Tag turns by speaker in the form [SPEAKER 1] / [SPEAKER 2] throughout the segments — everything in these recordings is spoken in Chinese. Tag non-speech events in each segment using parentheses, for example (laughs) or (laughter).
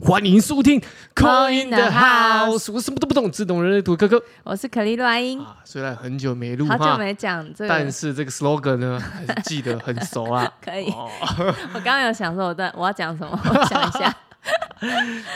[SPEAKER 1] 欢迎收听《Coin
[SPEAKER 2] Coin
[SPEAKER 1] the
[SPEAKER 2] the
[SPEAKER 1] House》，我什么都不懂，只懂人类图。哥哥
[SPEAKER 2] 我是可丽乱音，
[SPEAKER 1] 啊，虽然很久没录
[SPEAKER 2] 嗯好久
[SPEAKER 1] 哈，
[SPEAKER 2] 没讲这
[SPEAKER 1] 但
[SPEAKER 2] 个，。
[SPEAKER 1] 是这个 slogan 呢，还是记得很熟啊
[SPEAKER 2] (laughs) 可以。
[SPEAKER 1] 哦，
[SPEAKER 2] 我刚刚有想说，我在我要
[SPEAKER 1] (laughs)
[SPEAKER 2] 讲什么，我想一下，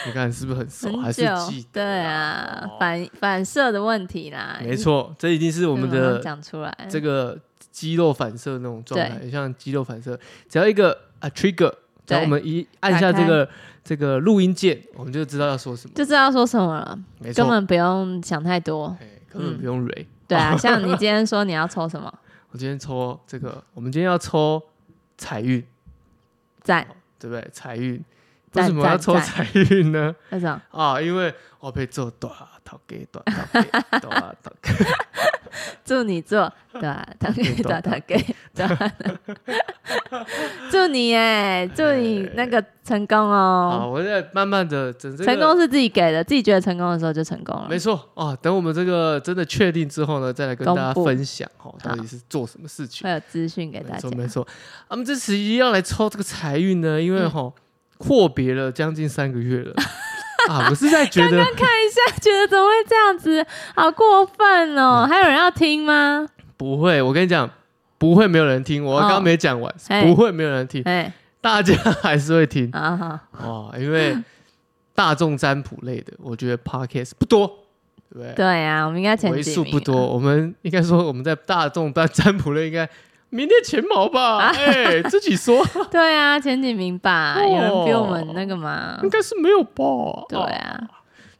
[SPEAKER 1] 你看是不是很熟？还
[SPEAKER 2] 很
[SPEAKER 1] 是
[SPEAKER 2] 久
[SPEAKER 1] 记，得？
[SPEAKER 2] 对啊
[SPEAKER 1] 哦，
[SPEAKER 2] 反反射的问题啦，
[SPEAKER 1] 没错，这一定是我
[SPEAKER 2] 哎我
[SPEAKER 1] 们的
[SPEAKER 2] 讲出来，
[SPEAKER 1] 这个肌肉反射那种状态，
[SPEAKER 2] 对
[SPEAKER 1] 像肌肉反射，只要一个啊 trigger，只要我们一按下
[SPEAKER 2] 打开
[SPEAKER 1] 这个这个录音键，我们就知道要说什么。
[SPEAKER 2] 就知道说什么了，
[SPEAKER 1] 没
[SPEAKER 2] 根
[SPEAKER 1] 错，
[SPEAKER 2] 本不用想太多。
[SPEAKER 1] 哎根本
[SPEAKER 2] 嗯
[SPEAKER 1] 不用蕊。
[SPEAKER 2] 对啊，
[SPEAKER 1] 哦
[SPEAKER 2] 像你今天说你要抽什
[SPEAKER 1] (laughs)
[SPEAKER 2] 么，
[SPEAKER 1] 我今天抽这个，我们今天要抽财运，
[SPEAKER 2] 赞
[SPEAKER 1] 对不对？财运为
[SPEAKER 2] 赞
[SPEAKER 1] 什么要
[SPEAKER 2] 赞
[SPEAKER 1] 抽
[SPEAKER 2] 赞
[SPEAKER 1] 财运呢？
[SPEAKER 2] 那种
[SPEAKER 1] 啊，因为我被做大头给大头
[SPEAKER 2] (laughs)
[SPEAKER 1] 给大头给
[SPEAKER 2] 祝你做，对啊，
[SPEAKER 1] (laughs)
[SPEAKER 2] 他给
[SPEAKER 1] 对
[SPEAKER 2] 对他给，对啊， (laughs)
[SPEAKER 1] (laughs)
[SPEAKER 2] 祝你哎，祝你那个成功
[SPEAKER 1] 啊！
[SPEAKER 2] 哦，
[SPEAKER 1] 我在慢慢的整这个
[SPEAKER 2] 成功是自己给的，自己觉得成功的时候就成功了
[SPEAKER 1] 没。错哦，等我们这个真的确定之后呢，再来跟大
[SPEAKER 2] 公
[SPEAKER 1] 家
[SPEAKER 2] 布
[SPEAKER 1] 分享哦，到底是做什么事情
[SPEAKER 2] 会。有资讯给大
[SPEAKER 1] 没
[SPEAKER 2] 家
[SPEAKER 1] 错。没错，啊我们这次一要来抽这个财运呢，因为
[SPEAKER 2] 嗯
[SPEAKER 1] 哈阔别了将近三个
[SPEAKER 2] (laughs)
[SPEAKER 1] 月了啊，我是在觉得
[SPEAKER 2] 看一下， (laughs) 觉得怎么会这样子？好过分哦！
[SPEAKER 1] 嗯
[SPEAKER 2] 还有人要听吗？
[SPEAKER 1] 不会，我跟你讲，不会没有人听，我
[SPEAKER 2] 哦
[SPEAKER 1] 刚刚没讲完，
[SPEAKER 2] 嘿
[SPEAKER 1] 不会没有人听，
[SPEAKER 2] 哎，
[SPEAKER 1] 大家还是会听
[SPEAKER 2] 啊哈，
[SPEAKER 1] 哦，因为大众占卜类的，我觉得 podcast 不多，对不对？
[SPEAKER 2] 对啊，我们应该前
[SPEAKER 1] 为
[SPEAKER 2] 几
[SPEAKER 1] 数
[SPEAKER 2] 名嗯
[SPEAKER 1] 不多，我们应该说我们在大众占占卜类应该名列前茅吧？哎、自己
[SPEAKER 2] (laughs)
[SPEAKER 1] 说
[SPEAKER 2] 啊。 (laughs) 对啊，前几名吧，
[SPEAKER 1] 哦
[SPEAKER 2] 有人比我们那个吗
[SPEAKER 1] 应？该是没有吧？
[SPEAKER 2] 对
[SPEAKER 1] 哦，
[SPEAKER 2] 啊，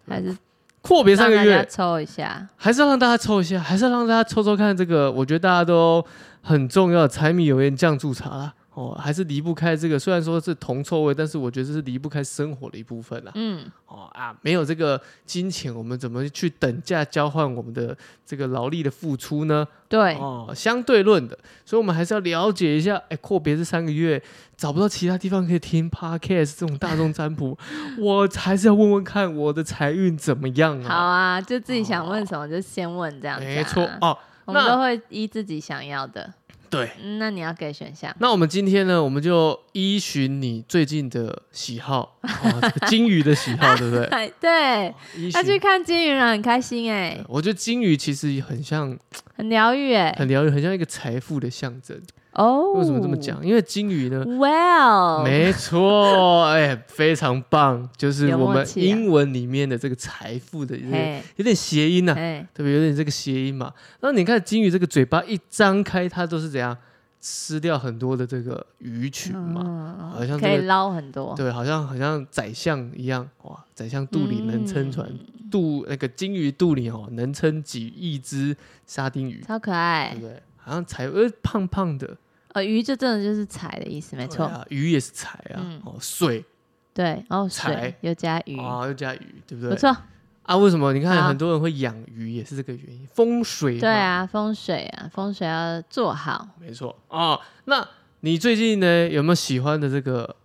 [SPEAKER 2] 还是
[SPEAKER 1] 阔别三
[SPEAKER 2] 让
[SPEAKER 1] 个
[SPEAKER 2] 大家
[SPEAKER 1] 月，
[SPEAKER 2] 抽一下。
[SPEAKER 1] 还是要让大家抽一下，还是要让大家抽抽看这个，我觉得大家都很重要的柴米油盐酱醋茶啦。哦，还是离不开这个，虽然说是铜臭味，但是我觉得这是离不开生活的一部分啦。
[SPEAKER 2] 嗯，
[SPEAKER 1] 哦啊，没有这个金钱，我们怎么去等价交换我们的这个劳力的付出呢？
[SPEAKER 2] 对，
[SPEAKER 1] 哦，相对论的，所以我们还是要了解一下。哎，阔别这三个月，找不到其他地方可以听 podcast 这种大众占卜， (laughs) 我还是要问问看我的财运怎么样
[SPEAKER 2] 好
[SPEAKER 1] 啊？
[SPEAKER 2] 啊，就自己想问什么就先问这样子。啊
[SPEAKER 1] 没错，哦，
[SPEAKER 2] 我们
[SPEAKER 1] 那
[SPEAKER 2] 都会依自己想要的。
[SPEAKER 1] 对。
[SPEAKER 2] 嗯那你要给选项，
[SPEAKER 1] 那我们今天呢，我们就依循你最近的喜好，哦、这个金鱼的喜好，对不 (laughs) 对？
[SPEAKER 2] 哎， (laughs) 对，
[SPEAKER 1] 依
[SPEAKER 2] 要去
[SPEAKER 1] 循，
[SPEAKER 2] 看金鱼人很开心哎
[SPEAKER 1] 对，我觉得金鱼其实很像，
[SPEAKER 2] 很疗愈哎。
[SPEAKER 1] 很疗愈，很像一个财富的象征。
[SPEAKER 2] 哦，嗯
[SPEAKER 1] 为什么这么讲？因为金鱼呢，
[SPEAKER 2] ？Well，
[SPEAKER 1] 没错，哎、非常棒，就是
[SPEAKER 2] 有
[SPEAKER 1] 我
[SPEAKER 2] 默
[SPEAKER 1] 们
[SPEAKER 2] 契啊
[SPEAKER 1] 英文里面的这个财富的这个
[SPEAKER 2] 嘿，
[SPEAKER 1] 有点谐音呐、
[SPEAKER 2] 嘿，
[SPEAKER 1] 对不对？有点这个谐音嘛。那你看金鱼这个嘴巴一张开，它都是怎样吃掉很多的这个鱼群嘛？
[SPEAKER 2] 嗯
[SPEAKER 1] 好像
[SPEAKER 2] 可
[SPEAKER 1] 这
[SPEAKER 2] 以
[SPEAKER 1] 个
[SPEAKER 2] 捞很多，
[SPEAKER 1] 对，好像好像宰相一样，哇，宰相肚里能撑船，
[SPEAKER 2] 嗯
[SPEAKER 1] 肚那个金鱼肚里哦能撑几亿只沙丁鱼，
[SPEAKER 2] 超可
[SPEAKER 1] 对
[SPEAKER 2] 爱
[SPEAKER 1] 不。对？好像财呃胖胖的，
[SPEAKER 2] 呃，鱼就真的就是财的意思，没
[SPEAKER 1] 对
[SPEAKER 2] 错。
[SPEAKER 1] 啊，鱼也是财啊，
[SPEAKER 2] 嗯
[SPEAKER 1] 哦水
[SPEAKER 2] 对，哦，水
[SPEAKER 1] 财
[SPEAKER 2] 又加鱼，
[SPEAKER 1] 啊又加鱼，对不对
[SPEAKER 2] 不？错。
[SPEAKER 1] 啊，为什么？你看
[SPEAKER 2] 好
[SPEAKER 1] 很多人会养鱼，也是这个原因，风水嘛
[SPEAKER 2] 对，啊，风水啊，风水要做好。
[SPEAKER 1] 没错啊、哦那你最近呢有没有喜欢的这个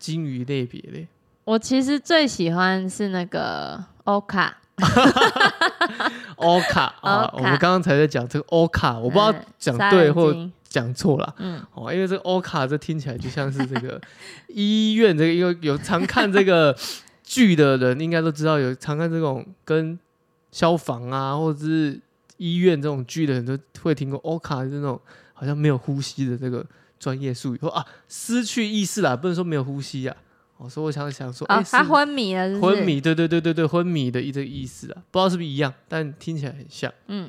[SPEAKER 1] 金鱼类别
[SPEAKER 2] (laughs)
[SPEAKER 1] 嘞？
[SPEAKER 2] 我其实最喜欢是那个欧卡，
[SPEAKER 1] 欧卡啊，
[SPEAKER 2] Orca
[SPEAKER 1] 我们刚刚才在讲这个欧卡，我不知道
[SPEAKER 2] 嗯
[SPEAKER 1] 讲
[SPEAKER 2] 杀
[SPEAKER 1] 对
[SPEAKER 2] 人
[SPEAKER 1] 或
[SPEAKER 2] 鲸
[SPEAKER 1] 讲错啦。
[SPEAKER 2] 嗯，
[SPEAKER 1] 哦，因为这个欧卡这听起来就像是这个医院这个，因为有常看这个剧的人应该都知道，有常看这种跟消防啊或者是医院这种剧的人都会听过欧卡，就是那种好像没有呼吸的这个专业术语，说啊失去意识啦，不能说没有呼吸啊。我、说我想想说，哎、
[SPEAKER 2] 哦，他
[SPEAKER 1] 是
[SPEAKER 2] 昏迷了，是不是
[SPEAKER 1] 昏。迷，对对对对对，昏迷的一这个意思啊，不知道是不是一样，但听起来很像。
[SPEAKER 2] 嗯，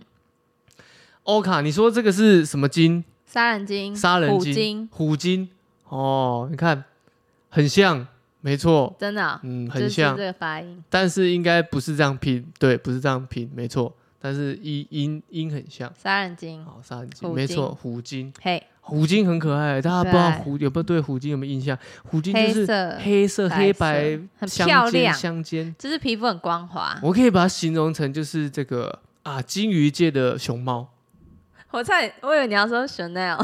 [SPEAKER 1] 欧卡，你说这个是什么金？
[SPEAKER 2] 杀人鲸，
[SPEAKER 1] 杀人
[SPEAKER 2] 虎
[SPEAKER 1] 鲸
[SPEAKER 2] 鲸，、
[SPEAKER 1] 虎鲸，哦，你看很像，没错，
[SPEAKER 2] 真的哦
[SPEAKER 1] 嗯，
[SPEAKER 2] 就
[SPEAKER 1] 很
[SPEAKER 2] 是
[SPEAKER 1] 像，
[SPEAKER 2] 这个发音。
[SPEAKER 1] 但是应该不是这样拼，对，不是这样拼，没错，但是音音音很像，
[SPEAKER 2] 杀人鲸，
[SPEAKER 1] 好，杀人鲸，
[SPEAKER 2] 虎
[SPEAKER 1] 没错，虎鲸，
[SPEAKER 2] 嘿，
[SPEAKER 1] 虎鲸很可爱，大家不知道
[SPEAKER 2] 对
[SPEAKER 1] 虎有没有对虎鲸有没有印象？虎鲸
[SPEAKER 2] 黑
[SPEAKER 1] 就是
[SPEAKER 2] 色，
[SPEAKER 1] 黑色、
[SPEAKER 2] 白
[SPEAKER 1] 黑
[SPEAKER 2] 色
[SPEAKER 1] 白
[SPEAKER 2] 很漂
[SPEAKER 1] 相间
[SPEAKER 2] 亮
[SPEAKER 1] 相间，
[SPEAKER 2] 就是皮肤很光滑。
[SPEAKER 1] 我可以把它形容成就是这个啊，鲸鱼界的熊猫。
[SPEAKER 2] 我差点，我以为你要说 Chanel，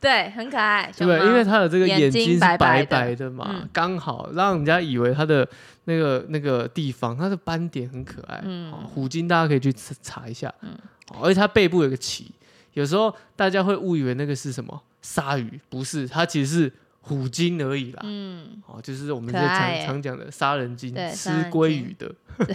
[SPEAKER 2] 对，很可爱，
[SPEAKER 1] 对不
[SPEAKER 2] 熊
[SPEAKER 1] 对？
[SPEAKER 2] 猫
[SPEAKER 1] 因为它的这个
[SPEAKER 2] 眼
[SPEAKER 1] 眼
[SPEAKER 2] 睛
[SPEAKER 1] 睛是
[SPEAKER 2] 白白的
[SPEAKER 1] 白的嘛
[SPEAKER 2] 嗯，
[SPEAKER 1] 刚、好让人家以为它的那个那个地方，它的斑点很可爱。
[SPEAKER 2] 嗯
[SPEAKER 1] 哦虎鲸大家可以去查查一下。
[SPEAKER 2] 嗯
[SPEAKER 1] 哦而且它背部有个鳍，有时候大家会误以为那个是什么鲨鱼，不是，它其实是虎鲸而已啦。
[SPEAKER 2] 嗯，
[SPEAKER 1] 哦，就是我们
[SPEAKER 2] 可
[SPEAKER 1] 这
[SPEAKER 2] 爱
[SPEAKER 1] 常
[SPEAKER 2] 欸
[SPEAKER 1] 常讲的杀人鲸，
[SPEAKER 2] 对
[SPEAKER 1] 吃
[SPEAKER 2] 杀人
[SPEAKER 1] 鲑
[SPEAKER 2] 鲸 (laughs)
[SPEAKER 1] 鱼的， (laughs)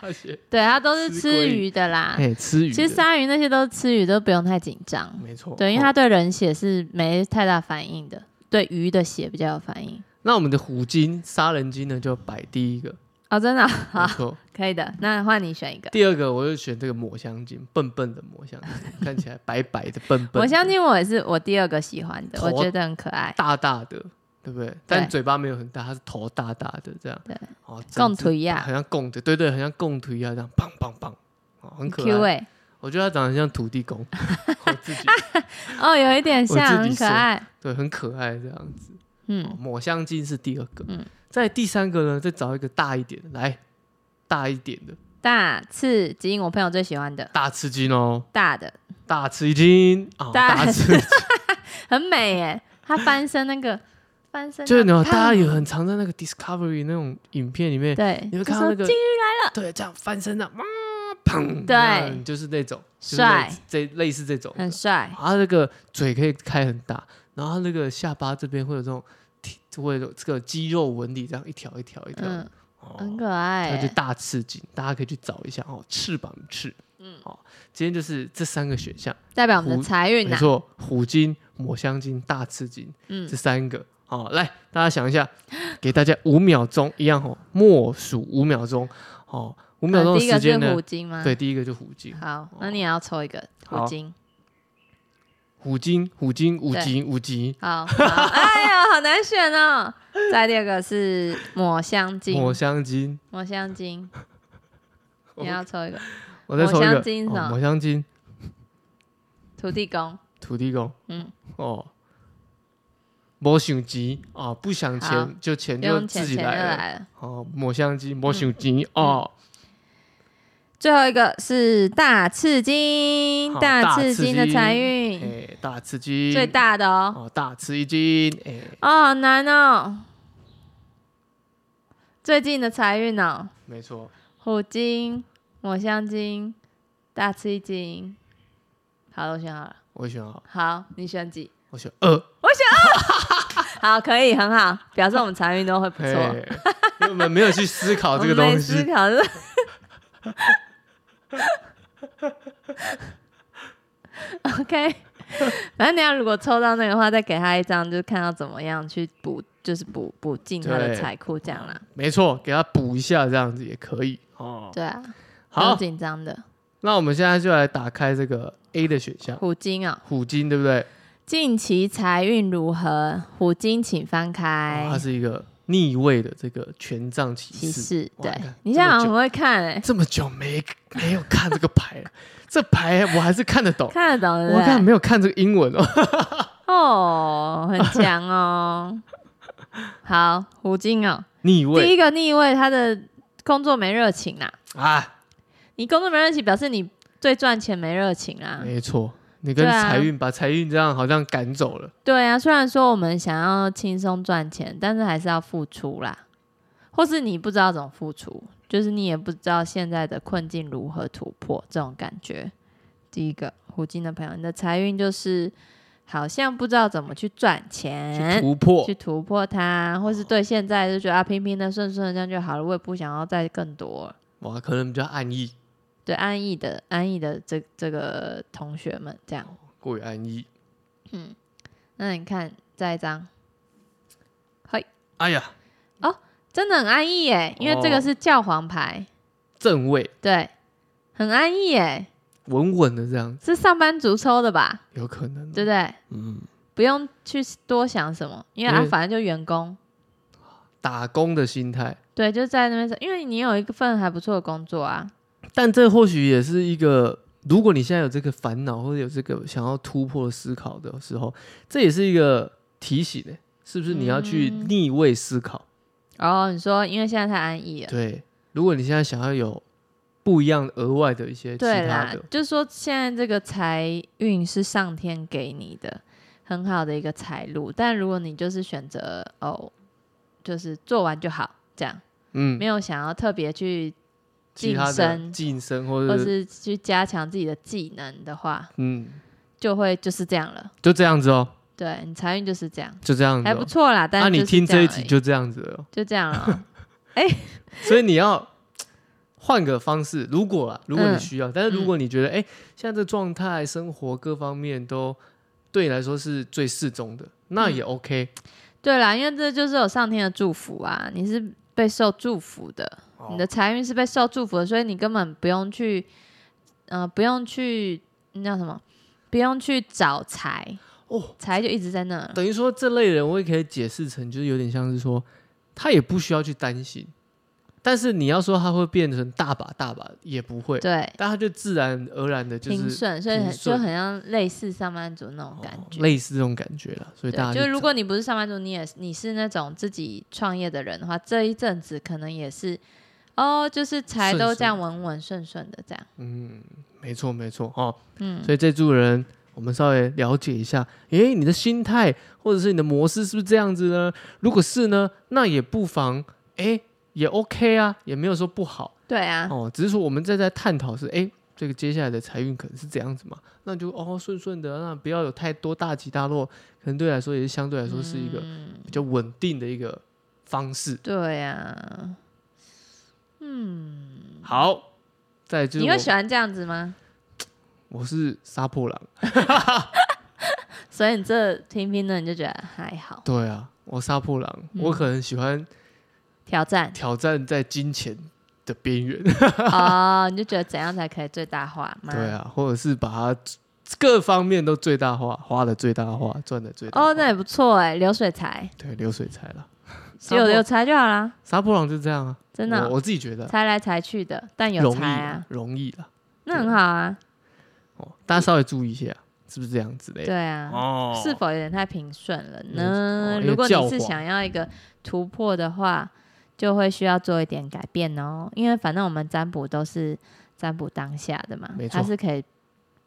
[SPEAKER 1] 而且
[SPEAKER 2] 对，它都是
[SPEAKER 1] 吃
[SPEAKER 2] 吃
[SPEAKER 1] 龟
[SPEAKER 2] 鱼的啦。
[SPEAKER 1] 哎，吃鱼的，
[SPEAKER 2] 其实鲨鱼那些都是吃鱼，都不用太紧张。
[SPEAKER 1] 没错，
[SPEAKER 2] 对，因为
[SPEAKER 1] 哦
[SPEAKER 2] 它对人血是没太大反应的，对鱼的血比较有反应。
[SPEAKER 1] 那我们的虎鲸杀人鲸呢，就摆第一个，
[SPEAKER 2] 哦，真的啊、
[SPEAKER 1] 没
[SPEAKER 2] 好，
[SPEAKER 1] 错。
[SPEAKER 2] 可以的。那换你选一个。
[SPEAKER 1] 第二个我就选这个抹香鲸，笨笨的抹香鲸，看起来白白的、笨笨
[SPEAKER 2] 我
[SPEAKER 1] 的，
[SPEAKER 2] 相信我也是我第二个喜欢的，
[SPEAKER 1] 头
[SPEAKER 2] 我觉得很可爱。
[SPEAKER 1] 大大的，对不对？但嘴巴没有很大，它是头大大的这样。
[SPEAKER 2] 对，
[SPEAKER 1] 哦，整只
[SPEAKER 2] 共腿呀
[SPEAKER 1] 很像共腿，对对，很像共腿呀，这样棒棒棒，哦，很可
[SPEAKER 2] ，Q
[SPEAKER 1] 爱。
[SPEAKER 2] 哎，
[SPEAKER 1] 我觉得它长得很像土地
[SPEAKER 2] (laughs)
[SPEAKER 1] 公，我自己
[SPEAKER 2] 哦，有一点
[SPEAKER 1] 我自
[SPEAKER 2] 像，
[SPEAKER 1] 己
[SPEAKER 2] 很可
[SPEAKER 1] 说
[SPEAKER 2] 爱。
[SPEAKER 1] 对，很可爱这样子。哦
[SPEAKER 2] 嗯，
[SPEAKER 1] 抹香鲸是第二个，
[SPEAKER 2] 嗯
[SPEAKER 1] 在第三个呢，再找一个大一点的，来大一点的
[SPEAKER 2] 大刺金，我朋友最喜欢的
[SPEAKER 1] 大吃鲸哦，
[SPEAKER 2] 大的，
[SPEAKER 1] 大吃鲸啊，
[SPEAKER 2] 大
[SPEAKER 1] 大吃鲸，
[SPEAKER 2] 很美耶。它翻身那个翻身，
[SPEAKER 1] 就是你知道，大家
[SPEAKER 2] 有
[SPEAKER 1] 有很常在那个 Discovery 那种影片里面，
[SPEAKER 2] 对，
[SPEAKER 1] 你会
[SPEAKER 2] 就
[SPEAKER 1] 看到
[SPEAKER 2] 说
[SPEAKER 1] 那个
[SPEAKER 2] 金
[SPEAKER 1] 对，这样翻身的，哇，砰，
[SPEAKER 2] 对
[SPEAKER 1] 那你就是那种，就是那
[SPEAKER 2] 帅
[SPEAKER 1] 这类似这种的，
[SPEAKER 2] 很帅，
[SPEAKER 1] 它那个嘴可以开很大，然后它那个下巴这边会有这种，会有这个肌肉纹理，这样一条一条一条，
[SPEAKER 2] 嗯，哎很
[SPEAKER 1] 哦，
[SPEAKER 2] 可爱
[SPEAKER 1] 它就
[SPEAKER 2] 耶。
[SPEAKER 1] 大刺激，大家可以去找一下哦，翅膀翅，嗯，哦，今天就是这三个选项，
[SPEAKER 2] 代表我们的
[SPEAKER 1] 虎
[SPEAKER 2] 财运
[SPEAKER 1] 没
[SPEAKER 2] 呐。
[SPEAKER 1] 错，虎鲸、抹香鲸、大刺鲸，
[SPEAKER 2] 嗯
[SPEAKER 1] 这三个。好、来，大家想一下，给大家五秒钟，一样哦，默数五秒钟，哦，五
[SPEAKER 2] 五
[SPEAKER 1] 秒钟的
[SPEAKER 2] 呃第一个
[SPEAKER 1] 时
[SPEAKER 2] 是
[SPEAKER 1] 间呢？
[SPEAKER 2] 虎鲸啊吗？
[SPEAKER 1] 对，，哦第一个就虎鲸，
[SPEAKER 2] 好，那你也要抽一个虎
[SPEAKER 1] 好
[SPEAKER 2] 鲸。
[SPEAKER 1] 虎鲸，虎鲸，五
[SPEAKER 2] 对
[SPEAKER 1] 级，五级，
[SPEAKER 2] 好，好哎呀，好难
[SPEAKER 1] (laughs)
[SPEAKER 2] 选哦。再第二个是抹香鲸，
[SPEAKER 1] 抹香鲸，
[SPEAKER 2] 抹香鲸，
[SPEAKER 1] (laughs) 我
[SPEAKER 2] 你要抽一个
[SPEAKER 1] 我再抽一
[SPEAKER 2] 抹
[SPEAKER 1] 个
[SPEAKER 2] 香鲸是什
[SPEAKER 1] 哦
[SPEAKER 2] 么
[SPEAKER 1] 抹香鲸、
[SPEAKER 2] 土地公，
[SPEAKER 1] 土地公，
[SPEAKER 2] 嗯，
[SPEAKER 1] 哦，没想急啊、不想
[SPEAKER 2] 好
[SPEAKER 1] 钱就钱就
[SPEAKER 2] 用
[SPEAKER 1] 自
[SPEAKER 2] 钱
[SPEAKER 1] 己
[SPEAKER 2] 钱就
[SPEAKER 1] 来了，
[SPEAKER 2] 来嗯了。
[SPEAKER 1] 哦，抹香鲸，没想急哦，
[SPEAKER 2] 最后一个是大赤金，
[SPEAKER 1] 好
[SPEAKER 2] 大
[SPEAKER 1] 大
[SPEAKER 2] 赤
[SPEAKER 1] 赤
[SPEAKER 2] 金的
[SPEAKER 1] 金
[SPEAKER 2] 财
[SPEAKER 1] 哎、
[SPEAKER 2] 运
[SPEAKER 1] 大刺激，
[SPEAKER 2] 嗯最大的哦，
[SPEAKER 1] 哦，大吃一惊，哎、
[SPEAKER 2] 哦，好难哦。最近的财运哦，
[SPEAKER 1] 没错，
[SPEAKER 2] 虎鲸、抹香鲸、大赤金。好了，我选好了。
[SPEAKER 1] 我选好，
[SPEAKER 2] 好，你选几？
[SPEAKER 1] 我选二，
[SPEAKER 2] 好，可以，很好，表示我们财运都会
[SPEAKER 1] (laughs)
[SPEAKER 2] 不
[SPEAKER 1] 嘿
[SPEAKER 2] 错。
[SPEAKER 1] 因为我们没有去思考
[SPEAKER 2] (laughs) 我
[SPEAKER 1] 这个
[SPEAKER 2] 们
[SPEAKER 1] 东
[SPEAKER 2] 没思
[SPEAKER 1] 西，
[SPEAKER 2] 考是吧 (laughs) OK，反正你要如果抽到那个的话，再给他一张，就是看到怎么样去补，就是补补进他的
[SPEAKER 1] 对
[SPEAKER 2] 财库这样啦。
[SPEAKER 1] 没错，给他补一下，这样子也可以哦。
[SPEAKER 2] 对啊，好
[SPEAKER 1] 好，
[SPEAKER 2] 紧张的。
[SPEAKER 1] 那我们现在就来打开这个 A 的选项，
[SPEAKER 2] 虎鲸啊、
[SPEAKER 1] 虎鲸，对不对？
[SPEAKER 2] 近期财运如何？虎鲸，请翻开
[SPEAKER 1] 哦它是一个逆位的这个权杖骑
[SPEAKER 2] 哎骑
[SPEAKER 1] 士。
[SPEAKER 2] 士。
[SPEAKER 1] 哇
[SPEAKER 2] 对
[SPEAKER 1] 你看
[SPEAKER 2] 你现在
[SPEAKER 1] 这么
[SPEAKER 2] 好像
[SPEAKER 1] 久
[SPEAKER 2] 很会看哎、
[SPEAKER 1] 这么久没没有看这个牌了， (laughs) 这牌我还是看得懂，
[SPEAKER 2] 看得懂对
[SPEAKER 1] 我
[SPEAKER 2] 不
[SPEAKER 1] 看
[SPEAKER 2] 对？
[SPEAKER 1] 没有看这个英文哦。 (laughs)
[SPEAKER 2] 哦，很强
[SPEAKER 1] (laughs)
[SPEAKER 2] 哦。好，虎鲸哦，
[SPEAKER 1] 逆
[SPEAKER 2] 第
[SPEAKER 1] 位
[SPEAKER 2] 一个逆位，他的工作没热情啦。
[SPEAKER 1] 啊，
[SPEAKER 2] 你工作没热情，表示你对赚钱没热情啊啦。
[SPEAKER 1] 没错，你跟
[SPEAKER 2] 嗯对啊
[SPEAKER 1] 财运、把财运这样好像赶走了。
[SPEAKER 2] 对啊，虽然说我们想要轻松赚钱，但是还是要付出啦。或是你不知道怎么付出，就是你也不知道现在的困境如何突破，这种感觉。第一个，虎鲸的朋友，你的财运就是好像不知道怎么去赚
[SPEAKER 1] 去
[SPEAKER 2] 钱，
[SPEAKER 1] 突破
[SPEAKER 2] 哎去，突破它，或是对现在就觉得啊平平的顺顺的这样就好了，我也不想要再更多了。
[SPEAKER 1] 哇，可能比较安逸，
[SPEAKER 2] 对安逸的安逸的这这个同学们这样。
[SPEAKER 1] 过于安逸。
[SPEAKER 2] 那你看再一张，
[SPEAKER 1] 哎呀，
[SPEAKER 2] 真的很安逸耶，因为这个
[SPEAKER 1] 哦
[SPEAKER 2] 是教皇牌，
[SPEAKER 1] 正位
[SPEAKER 2] 对，很安逸耶，
[SPEAKER 1] 稳稳的这样，
[SPEAKER 2] 是上班族抽的吧？
[SPEAKER 1] 有可能、
[SPEAKER 2] 对不对？
[SPEAKER 1] 嗯，
[SPEAKER 2] 不用去多想什么，因为
[SPEAKER 1] 因
[SPEAKER 2] 啊
[SPEAKER 1] 为，
[SPEAKER 2] 反正就员工，
[SPEAKER 1] 打工的心态，
[SPEAKER 2] 对，就在那边上，因为你有一份还不错的工作啊，
[SPEAKER 1] 但这或许也是一个，如果你现在有这个烦恼或者有这个想要突破的思考的时候，这也是一个提醒呢、是不是你要去
[SPEAKER 2] 嗯
[SPEAKER 1] 逆位思考？
[SPEAKER 2] 然后哦你说，因为现在太安逸了，
[SPEAKER 1] 对，如果你现在想要有不一样额外的一些其
[SPEAKER 2] 对
[SPEAKER 1] 他
[SPEAKER 2] 啦
[SPEAKER 1] 的，，
[SPEAKER 2] 就是说现在这个财运是上天给你的很好的一个财路，但如果你就是选择哦，就是做完就好，这样
[SPEAKER 1] 嗯
[SPEAKER 2] 没，有想要特别去
[SPEAKER 1] 其
[SPEAKER 2] 晋
[SPEAKER 1] 他的
[SPEAKER 2] 升
[SPEAKER 1] 晋升或者
[SPEAKER 2] 或
[SPEAKER 1] 是
[SPEAKER 2] 是去加强自己的技能的话，
[SPEAKER 1] 嗯，
[SPEAKER 2] 就会就是这样了。
[SPEAKER 1] 就这样子哦，
[SPEAKER 2] 对你财运就是这样，
[SPEAKER 1] 就这样子、哦
[SPEAKER 2] 还不。错啦。但
[SPEAKER 1] 那、
[SPEAKER 2] 是
[SPEAKER 1] 啊你
[SPEAKER 2] 就是
[SPEAKER 1] 听
[SPEAKER 2] 样
[SPEAKER 1] 这一
[SPEAKER 2] 而
[SPEAKER 1] 集
[SPEAKER 2] 已
[SPEAKER 1] 就这样子了，哦
[SPEAKER 2] 就这
[SPEAKER 1] (laughs)
[SPEAKER 2] 样了。
[SPEAKER 1] 所以你要换个方式。如果啊，如果你
[SPEAKER 2] 嗯
[SPEAKER 1] 需要，但是如果你觉得，哎、现在这状态、生活各方面都对你来说是最适中的，那
[SPEAKER 2] 嗯
[SPEAKER 1] 也 OK。
[SPEAKER 2] 对啦，因为这就是有上天的祝福啊，你是被受祝福的，
[SPEAKER 1] 哦
[SPEAKER 2] 你的财运是被受祝福的，所以你根本不用去，呃，不用去那叫什么，不用去找财，
[SPEAKER 1] 哦，
[SPEAKER 2] 财就一直在那儿。
[SPEAKER 1] 等于说这类人，我也可以解释成，就是有点像是说，他也不需要去担心，但是你要说他会变成大把大把，也不会，
[SPEAKER 2] 对，
[SPEAKER 1] 但他就自然而然的就
[SPEAKER 2] 平
[SPEAKER 1] 是、
[SPEAKER 2] 顺，所以
[SPEAKER 1] 平
[SPEAKER 2] 很就
[SPEAKER 1] 顺
[SPEAKER 2] 很像类似上班族那种感
[SPEAKER 1] 哦
[SPEAKER 2] 觉。
[SPEAKER 1] 类似这种感觉了。所以大
[SPEAKER 2] 对，
[SPEAKER 1] 家
[SPEAKER 2] 就是如
[SPEAKER 1] 找
[SPEAKER 2] 果你不是上班族，你也是你是那种自己创业的人的话，这一阵子可能也是，哦，就是财
[SPEAKER 1] 顺
[SPEAKER 2] 都
[SPEAKER 1] 顺
[SPEAKER 2] 这样稳稳顺顺的这样。
[SPEAKER 1] 嗯，没错没错哦，
[SPEAKER 2] 嗯，
[SPEAKER 1] 所以这组人，我们稍微了解一下，诶，你的心态或者是你的模式是不是这样子呢？如果是呢，那也不妨，诶，也 OK 啊，也没有说不好
[SPEAKER 2] 对啊，
[SPEAKER 1] 哦，只是说我们在在探讨是，诶，这个接下来的财运可能是这样子嘛，那就哦顺顺的，那不要有太多大起大落，可能对来说也是相对来说是一个
[SPEAKER 2] 嗯
[SPEAKER 1] 比较稳定的一个方式。
[SPEAKER 2] 对啊，嗯，
[SPEAKER 1] 好，再就是
[SPEAKER 2] 你会喜
[SPEAKER 1] 我
[SPEAKER 2] 欢这样子吗？
[SPEAKER 1] 我是杀破狼。
[SPEAKER 2] 所以你这平平的你就觉得还好，
[SPEAKER 1] 对啊，我杀破狼，我
[SPEAKER 2] 嗯
[SPEAKER 1] 可能喜欢 (laughs)
[SPEAKER 2] 挑战
[SPEAKER 1] 挑战在金钱的边缘。
[SPEAKER 2] 哦，你就觉得怎样才可以最大化
[SPEAKER 1] (laughs)
[SPEAKER 2] 吗？
[SPEAKER 1] 对啊，或者是把它各方面都最大化，花的最大化，赚的最大化。
[SPEAKER 2] 哦，那也不错哎，流水财，
[SPEAKER 1] 对流水财啦，杀
[SPEAKER 2] 有
[SPEAKER 1] 破
[SPEAKER 2] 有财就好啦，
[SPEAKER 1] 杀破狼就这样啊，
[SPEAKER 2] 真的
[SPEAKER 1] 我
[SPEAKER 2] 哦
[SPEAKER 1] 我自己觉得啊
[SPEAKER 2] 财来财去的，但有
[SPEAKER 1] 容易
[SPEAKER 2] 财
[SPEAKER 1] 啦
[SPEAKER 2] 啊，，
[SPEAKER 1] 容易啦。
[SPEAKER 2] 那很好啊，
[SPEAKER 1] 哦，大家稍微注意一下，是不是这样子的？
[SPEAKER 2] 对啊，
[SPEAKER 1] 哦
[SPEAKER 2] 是否有点太平顺了
[SPEAKER 1] 哦
[SPEAKER 2] 呢？
[SPEAKER 1] 有
[SPEAKER 2] 如果
[SPEAKER 1] 教
[SPEAKER 2] 你是
[SPEAKER 1] 化
[SPEAKER 2] 想要一个突破的话，就会需要做一点改变哦。因为反正我们占卜都是占卜当下的嘛
[SPEAKER 1] 没，错哎
[SPEAKER 2] 它是可以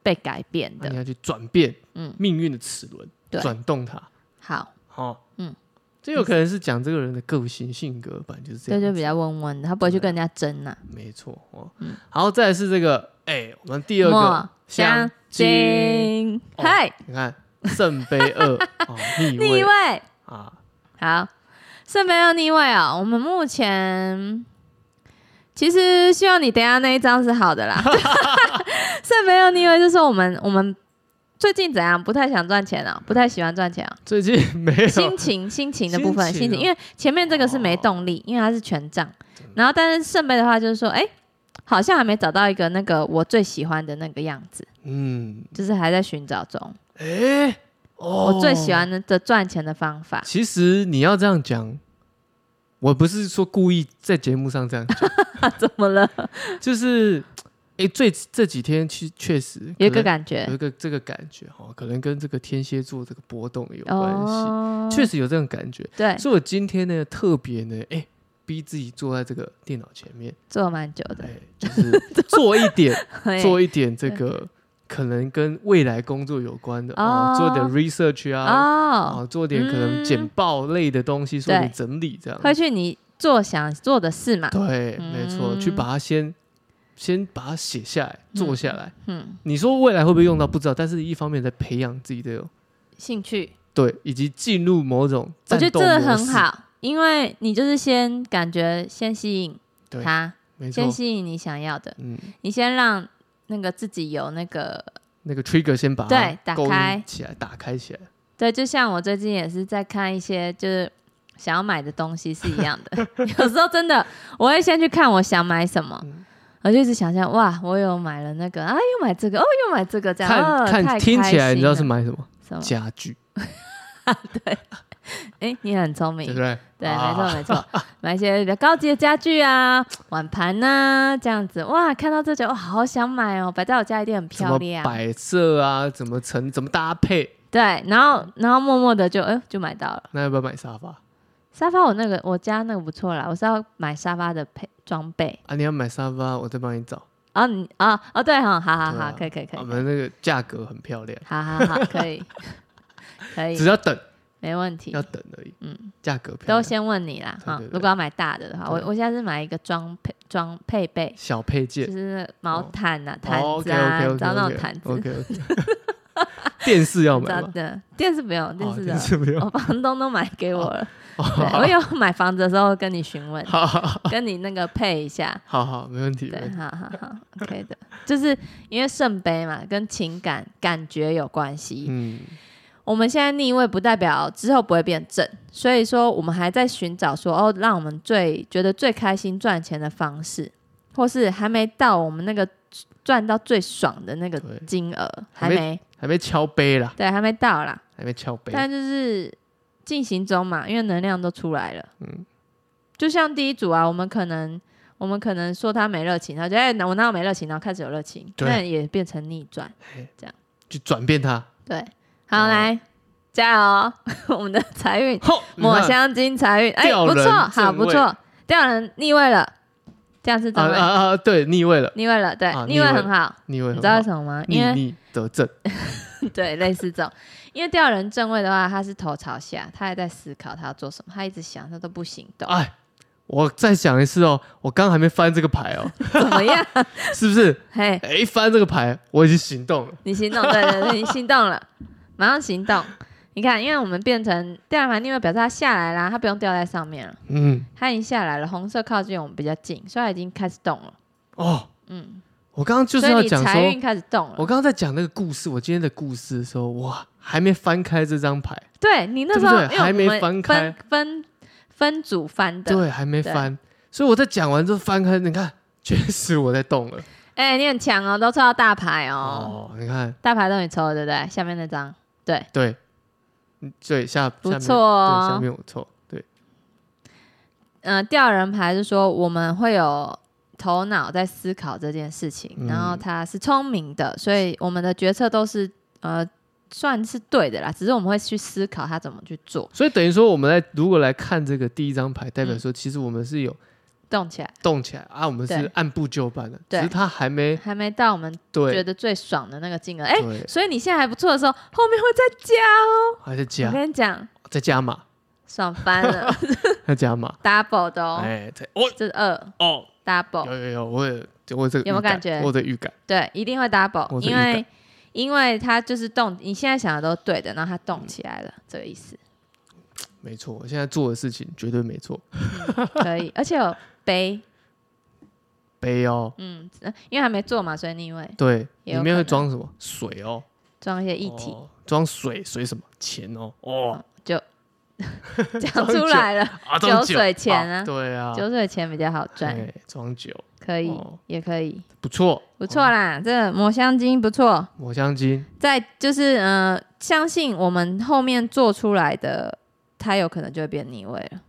[SPEAKER 2] 被改变
[SPEAKER 1] 那你
[SPEAKER 2] 的。
[SPEAKER 1] 要去转变
[SPEAKER 2] 嗯，
[SPEAKER 1] 命运的齿轮，
[SPEAKER 2] 对
[SPEAKER 1] 转动它。
[SPEAKER 2] 好，
[SPEAKER 1] 哦，
[SPEAKER 2] 嗯，
[SPEAKER 1] 这有可能是讲这个人的个性性格，本来就是这
[SPEAKER 2] 这
[SPEAKER 1] 样。
[SPEAKER 2] 就比较温温的，他不会去跟人家争啊呐、
[SPEAKER 1] 没错哦
[SPEAKER 2] 嗯。啊
[SPEAKER 1] 好，再来是这个，哎，我们第二个
[SPEAKER 2] 莫相亲，
[SPEAKER 1] 哦
[SPEAKER 2] 嗨，
[SPEAKER 1] 你看圣杯
[SPEAKER 2] (laughs)
[SPEAKER 1] 二哦，逆
[SPEAKER 2] 逆
[SPEAKER 1] 位
[SPEAKER 2] 位，
[SPEAKER 1] 啊，
[SPEAKER 2] 好，圣杯二逆位哦。我们目前其实希望你等一下那一张是好的 (laughs) 啦。圣杯二逆位就是我们我们最近怎样？不太想赚钱哦，不太喜欢赚钱哦。
[SPEAKER 1] 最近没有
[SPEAKER 2] 心情心情的部分，
[SPEAKER 1] 心情哦
[SPEAKER 2] 心情，因为前面这个是没动力，因为它是权杖。然后但是圣杯的话就是说，哎、好像还没找到一个那个我最喜欢的那个样子，
[SPEAKER 1] 嗯，
[SPEAKER 2] 就是还在寻找中。
[SPEAKER 1] 哎，哦，
[SPEAKER 2] 我最喜。欢的赚钱的方法，
[SPEAKER 1] 其实你要这样讲，我不是说故意在节目上这样
[SPEAKER 2] (laughs)
[SPEAKER 1] 讲，
[SPEAKER 2] 怎么了？
[SPEAKER 1] 就是哎，最这几天其实确实
[SPEAKER 2] 有一
[SPEAKER 1] 可
[SPEAKER 2] 个
[SPEAKER 1] 能
[SPEAKER 2] 感觉
[SPEAKER 1] 有一个这个感觉哦，可能跟这个天蝎座这个波动有关系，
[SPEAKER 2] 哦，
[SPEAKER 1] 确实有这种感觉。
[SPEAKER 2] 对，
[SPEAKER 1] 所以我今天呢，特别呢，哎，逼自己坐在这个电脑前面，
[SPEAKER 2] 做蛮久
[SPEAKER 1] (laughs)
[SPEAKER 2] 的，
[SPEAKER 1] 哎，就是做一点。
[SPEAKER 2] 嘿
[SPEAKER 1] 做一点这个可能跟未来工作有关的啊、
[SPEAKER 2] 哦
[SPEAKER 1] 做点 research 啊，
[SPEAKER 2] 哦，
[SPEAKER 1] 啊，做点可能
[SPEAKER 2] 嗯
[SPEAKER 1] 简报类的东西，做点
[SPEAKER 2] 对
[SPEAKER 1] 整理这样。
[SPEAKER 2] 会去你做想做的事嘛？
[SPEAKER 1] 对，没错，去
[SPEAKER 2] 嗯嗯
[SPEAKER 1] 把它先先把它写下来，做下来。
[SPEAKER 2] 嗯，
[SPEAKER 1] 你说未来会不会用到不知道，但是一方面在培养自己的
[SPEAKER 2] 兴趣，
[SPEAKER 1] 对，以及进入某种
[SPEAKER 2] 我
[SPEAKER 1] 战
[SPEAKER 2] 觉得
[SPEAKER 1] 斗
[SPEAKER 2] 这个
[SPEAKER 1] 模
[SPEAKER 2] 很
[SPEAKER 1] 式，
[SPEAKER 2] 好，因为你就是先感觉，先吸引
[SPEAKER 1] 对
[SPEAKER 2] 他，
[SPEAKER 1] 没错
[SPEAKER 2] 先，吸引你想要的，
[SPEAKER 1] 嗯，
[SPEAKER 2] 你先让那个自己有那个。
[SPEAKER 1] 那个 trigger 先把它
[SPEAKER 2] 对打
[SPEAKER 1] 勾引
[SPEAKER 2] 开
[SPEAKER 1] 起来，打开起来。
[SPEAKER 2] 对，就像我最近也是在看一些就是想要买的东西是一样的。
[SPEAKER 1] (laughs)
[SPEAKER 2] 有时候真的，我会先去看我想买什么，
[SPEAKER 1] 嗯
[SPEAKER 2] 我就一直想象哇，我有买了那个啊，又买这个哦，又买这个，这样
[SPEAKER 1] 看
[SPEAKER 2] 哦
[SPEAKER 1] 看，
[SPEAKER 2] 太
[SPEAKER 1] 听起
[SPEAKER 2] 开
[SPEAKER 1] 来你
[SPEAKER 2] 心
[SPEAKER 1] 知道是
[SPEAKER 2] 了嗯
[SPEAKER 1] 买什么
[SPEAKER 2] 什么？
[SPEAKER 1] 家具，
[SPEAKER 2] 哎，你很聪
[SPEAKER 1] 对
[SPEAKER 2] 明
[SPEAKER 1] 不，对？
[SPEAKER 2] 对，
[SPEAKER 1] 啊
[SPEAKER 2] 没错没错，
[SPEAKER 1] (laughs)
[SPEAKER 2] 买一些比较高级的家具啊、碗盘呐、这样子，哇，看到这就哇，好想买哦，摆在我家一定很
[SPEAKER 1] 怎
[SPEAKER 2] 漂
[SPEAKER 1] 么
[SPEAKER 2] 亮。
[SPEAKER 1] 摆设啊，怎么成，怎么搭配？
[SPEAKER 2] 对，然后然后默默的就哎、就买到了
[SPEAKER 1] 那要不要买沙发
[SPEAKER 2] 沙发，我那个我家那个不错啦，我是要买沙发的配装备。
[SPEAKER 1] 啊？你要买沙发，我再帮你找。
[SPEAKER 2] 哦你哦哦对哈，好好
[SPEAKER 1] 对啊
[SPEAKER 2] 好，可以可以可以
[SPEAKER 1] 我，们那个价格很漂亮，
[SPEAKER 2] 好
[SPEAKER 1] (laughs)
[SPEAKER 2] 好好，可以 (laughs) 可
[SPEAKER 1] 只
[SPEAKER 2] 以，
[SPEAKER 1] 要等，
[SPEAKER 2] 没问题
[SPEAKER 1] 要。等而已。
[SPEAKER 2] 嗯，
[SPEAKER 1] 价格漂
[SPEAKER 2] 都
[SPEAKER 1] 亮，
[SPEAKER 2] 先问你啦哈
[SPEAKER 1] 对对，对
[SPEAKER 2] 如果要买大的的话，我
[SPEAKER 1] 对
[SPEAKER 2] 我现在是买一个装配装配备，
[SPEAKER 1] 小配
[SPEAKER 2] 就
[SPEAKER 1] 件。
[SPEAKER 2] 是毛
[SPEAKER 1] 哦
[SPEAKER 2] 毯啊、毯
[SPEAKER 1] OK
[SPEAKER 2] 子
[SPEAKER 1] OK
[SPEAKER 2] 啊，你
[SPEAKER 1] OK
[SPEAKER 2] 知道那种毯子
[SPEAKER 1] OK OK，电视要买
[SPEAKER 2] 真
[SPEAKER 1] 吗？
[SPEAKER 2] 的电视不用， (laughs) 电
[SPEAKER 1] 哦
[SPEAKER 2] 视的啊
[SPEAKER 1] 电视不用。
[SPEAKER 2] 我房东都买给我了。
[SPEAKER 1] (laughs) 哦
[SPEAKER 2] 对我有买房子的时候跟你询问，
[SPEAKER 1] 好好好
[SPEAKER 2] 跟你那个配一下。
[SPEAKER 1] 好好，没问题。没
[SPEAKER 2] 对
[SPEAKER 1] 问，题
[SPEAKER 2] 好好好，OK 的，就是因为圣杯嘛，跟情感感觉有关系。
[SPEAKER 1] 嗯，
[SPEAKER 2] 我们现在逆位不代表之后不会变正，所以说我们还在寻找说哦，让我们最觉得最开心赚钱的方式，或是还没到我们那个赚到最爽的那个
[SPEAKER 1] 对
[SPEAKER 2] 金额，
[SPEAKER 1] 还
[SPEAKER 2] 还
[SPEAKER 1] 没
[SPEAKER 2] 没
[SPEAKER 1] 还没敲杯啦，
[SPEAKER 2] 对，还没到啦，
[SPEAKER 1] 还没敲杯。
[SPEAKER 2] 但就是进行中嘛，因为能量都出来了，
[SPEAKER 1] 嗯
[SPEAKER 2] 就像第一组啊，我们可能我们可能说他没热情，他觉得哎、我哪有没热情，然后开始有热情，
[SPEAKER 1] 对
[SPEAKER 2] 那也变成逆转，
[SPEAKER 1] 嘿
[SPEAKER 2] 这样
[SPEAKER 1] 就转变它。
[SPEAKER 2] 对，好、
[SPEAKER 1] 哦
[SPEAKER 2] 来加油哦， (laughs) 我们的财运
[SPEAKER 1] 吼，你
[SPEAKER 2] 抹
[SPEAKER 1] 看
[SPEAKER 2] 香金财运，哎、
[SPEAKER 1] 吊
[SPEAKER 2] 不
[SPEAKER 1] 人
[SPEAKER 2] 错，好
[SPEAKER 1] 正
[SPEAKER 2] 不
[SPEAKER 1] 位
[SPEAKER 2] 错，掉人逆位了，这样是
[SPEAKER 1] 啊
[SPEAKER 2] 正位，
[SPEAKER 1] 啊啊！对，逆位了，
[SPEAKER 2] 逆位了，对，
[SPEAKER 1] 啊
[SPEAKER 2] 逆
[SPEAKER 1] 逆
[SPEAKER 2] 位
[SPEAKER 1] 位
[SPEAKER 2] 很好，
[SPEAKER 1] 逆位
[SPEAKER 2] 你
[SPEAKER 1] 很
[SPEAKER 2] 知道为
[SPEAKER 1] 好，
[SPEAKER 2] 什么吗？
[SPEAKER 1] 逆
[SPEAKER 2] 因为
[SPEAKER 1] 逆得正。
[SPEAKER 2] 对，类似这种，因为吊人正位的话，他是头朝下，他还在思考他要做什么，他一直想，他都不行动，
[SPEAKER 1] 哎，我再讲一次哦，我刚还没翻这个牌
[SPEAKER 2] (laughs)
[SPEAKER 1] 哦，
[SPEAKER 2] 怎么样？
[SPEAKER 1] 是不是？
[SPEAKER 2] 嘿，
[SPEAKER 1] 哎，一翻这个牌，我已经行动了。
[SPEAKER 2] 你行动，对对对，你心动了，马上行动。你看，因为我们变成吊人牌逆位，表示他下来啦，他不用吊在上面了，
[SPEAKER 1] 嗯，
[SPEAKER 2] 他已经下来了，红色靠近我们比较近，所以他已经开始动了，
[SPEAKER 1] 哦，
[SPEAKER 2] 嗯，
[SPEAKER 1] 我刚刚就是
[SPEAKER 2] 所
[SPEAKER 1] 要
[SPEAKER 2] 以你
[SPEAKER 1] 讲
[SPEAKER 2] 财
[SPEAKER 1] 说
[SPEAKER 2] 运，开始动
[SPEAKER 1] 我
[SPEAKER 2] 了。
[SPEAKER 1] 刚刚在讲那个故事，我今天的故事的时候，哇，还没翻开这张牌，
[SPEAKER 2] 对你那
[SPEAKER 1] 对
[SPEAKER 2] 时
[SPEAKER 1] 不
[SPEAKER 2] 候
[SPEAKER 1] 对
[SPEAKER 2] 因为
[SPEAKER 1] 还没
[SPEAKER 2] 我们
[SPEAKER 1] 翻开
[SPEAKER 2] 分分分组翻的，
[SPEAKER 1] 对，还没
[SPEAKER 2] 对
[SPEAKER 1] 翻，所以我在讲完之后翻开，你看， (laughs) 确实我在动了。
[SPEAKER 2] 哎、你很强哦，都抽到大牌 (laughs) 哦
[SPEAKER 1] 哦，你看，
[SPEAKER 2] 大牌都你抽了，对不对？下面那张，对，
[SPEAKER 1] 对，嗯对，下
[SPEAKER 2] 不
[SPEAKER 1] 下面
[SPEAKER 2] 错哦
[SPEAKER 1] 对，下面我错，对，
[SPEAKER 2] 呃，吊人牌是说我们会有头脑在思考这件事情，
[SPEAKER 1] 嗯
[SPEAKER 2] 然后他是聪明的，所以我们的决策都是呃算是对的啦，只是我们会去思考他怎么去做，
[SPEAKER 1] 所以等于说我们来如果来看这个第一张牌，代表
[SPEAKER 2] 嗯
[SPEAKER 1] 说其实我们是有
[SPEAKER 2] 动起来。
[SPEAKER 1] 动起来啊，我们
[SPEAKER 2] 对
[SPEAKER 1] 是按部就班的，
[SPEAKER 2] 对
[SPEAKER 1] 只是他还没
[SPEAKER 2] 还没到我们觉
[SPEAKER 1] 对，
[SPEAKER 2] 得最爽的那个金额，哎、
[SPEAKER 1] 对
[SPEAKER 2] 所以你现在还不错的时候，后面会再加
[SPEAKER 1] 还在
[SPEAKER 2] 哦。我
[SPEAKER 1] 加
[SPEAKER 2] 跟你讲，
[SPEAKER 1] 再加码，
[SPEAKER 2] 爽
[SPEAKER 1] (laughs)
[SPEAKER 2] 翻了
[SPEAKER 1] 再加码，
[SPEAKER 2] ，double 的哦，
[SPEAKER 1] 哎，再哦
[SPEAKER 2] 这是二
[SPEAKER 1] 哦，
[SPEAKER 2] double，
[SPEAKER 1] 有有有，我有我有这个
[SPEAKER 2] 有没有
[SPEAKER 1] 预感
[SPEAKER 2] 感觉
[SPEAKER 1] 我有这个预感，
[SPEAKER 2] 对，一定会 double，
[SPEAKER 1] 我是
[SPEAKER 2] 因
[SPEAKER 1] 预感
[SPEAKER 2] 为因为他就是动，你现在想的都对的，然后他动起来
[SPEAKER 1] 嗯
[SPEAKER 2] 了，这个意思
[SPEAKER 1] 没错，我现在做的事情绝对没错，
[SPEAKER 2] 可以， (laughs) 而且有杯，
[SPEAKER 1] 杯哦，
[SPEAKER 2] 嗯，呃因为还没做嘛，所以逆位
[SPEAKER 1] 对，
[SPEAKER 2] 也有
[SPEAKER 1] 里面
[SPEAKER 2] 可
[SPEAKER 1] 会
[SPEAKER 2] 能
[SPEAKER 1] 装什么水哦，
[SPEAKER 2] 装一些液体、嗯
[SPEAKER 1] 哦装水水什么钱哦，哦
[SPEAKER 2] 讲出来了，
[SPEAKER 1] 啊，
[SPEAKER 2] 酒
[SPEAKER 1] 装
[SPEAKER 2] 水钱啊
[SPEAKER 1] 对啊，
[SPEAKER 2] 酒水钱比较好赚，
[SPEAKER 1] 对，装酒
[SPEAKER 2] 可以，
[SPEAKER 1] 哦
[SPEAKER 2] 也可以，
[SPEAKER 1] 不错，哦
[SPEAKER 2] 不错啊啦，这个抹香鲸不错，
[SPEAKER 1] 抹香鲸，
[SPEAKER 2] 在就是呃，相信我们后面做出来的，它有可能就会变逆位了，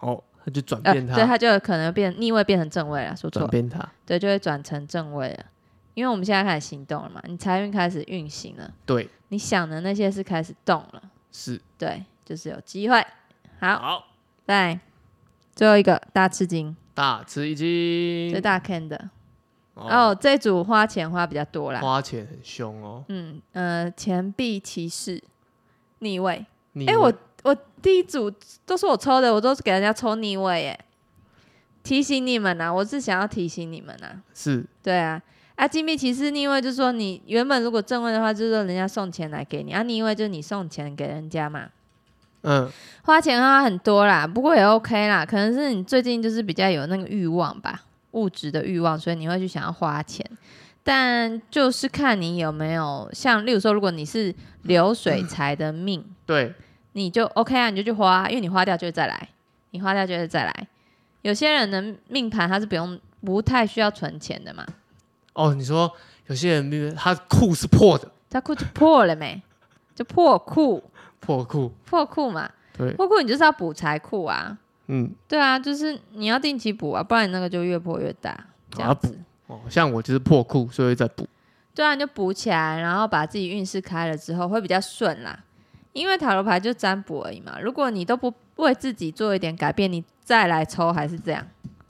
[SPEAKER 1] 哦，他就转
[SPEAKER 2] 呃，
[SPEAKER 1] 变
[SPEAKER 2] 对，
[SPEAKER 1] 它，
[SPEAKER 2] 它就有可能变逆位变成正位了，说错
[SPEAKER 1] 转
[SPEAKER 2] 了。
[SPEAKER 1] 变它，
[SPEAKER 2] 对，就会转成正位了。因为我们现在开始行动了嘛，你财运开始运行了，
[SPEAKER 1] 对，
[SPEAKER 2] 你想的那些是开始动了，
[SPEAKER 1] 是
[SPEAKER 2] 对，就是有机会。好，
[SPEAKER 1] 好，
[SPEAKER 2] 再来最后一个大吃惊，
[SPEAKER 1] 大吃一
[SPEAKER 2] 最
[SPEAKER 1] 惊，
[SPEAKER 2] 大坑的哦，这组花钱花比较多啦。
[SPEAKER 1] 花钱很凶哦。
[SPEAKER 2] 嗯呃，钱币骑士逆位，
[SPEAKER 1] 你
[SPEAKER 2] 哎、我我第一组都是我抽的，我都是给人家抽逆位耶。提醒你们呐、啊我是想要提醒你们呐、
[SPEAKER 1] 是
[SPEAKER 2] 对啊，啊，金币骑士逆位就是说你原本如果正位的话，就是说人家送钱来给你；啊，逆位就是你送钱给人家嘛，
[SPEAKER 1] 嗯，
[SPEAKER 2] 花钱花很多啦，不过也 OK 啦，可能是你最近就是比较有那个欲望吧，物质的欲望，所以你会去想要花钱。但就是看你有没有像，例如说，如果你是流水财的命，
[SPEAKER 1] 对，
[SPEAKER 2] 你就 OK 啊，你就去花，因为你花掉就会再来，你花掉就会再来。有些人的命盘他是不用不太需要存钱的嘛，
[SPEAKER 1] 哦，你说有些人明明他裤是破的，
[SPEAKER 2] 他裤子破了没？就破裤，
[SPEAKER 1] 破裤，
[SPEAKER 2] 破裤嘛，
[SPEAKER 1] 对，
[SPEAKER 2] 破裤你就是要补财库啊。
[SPEAKER 1] 嗯，
[SPEAKER 2] 对啊，就是你要定期补啊，不然你那个就越破越大。这
[SPEAKER 1] 我要
[SPEAKER 2] 样
[SPEAKER 1] 补
[SPEAKER 2] 子，
[SPEAKER 1] 哦，像我就是破裤，所以在补，
[SPEAKER 2] 对啊，你就补起来，然后把自己运势开了之后会比较顺啦。因为塔罗牌就占卜而已嘛，如果你都不为自己做一点改变，你再来抽还是这样，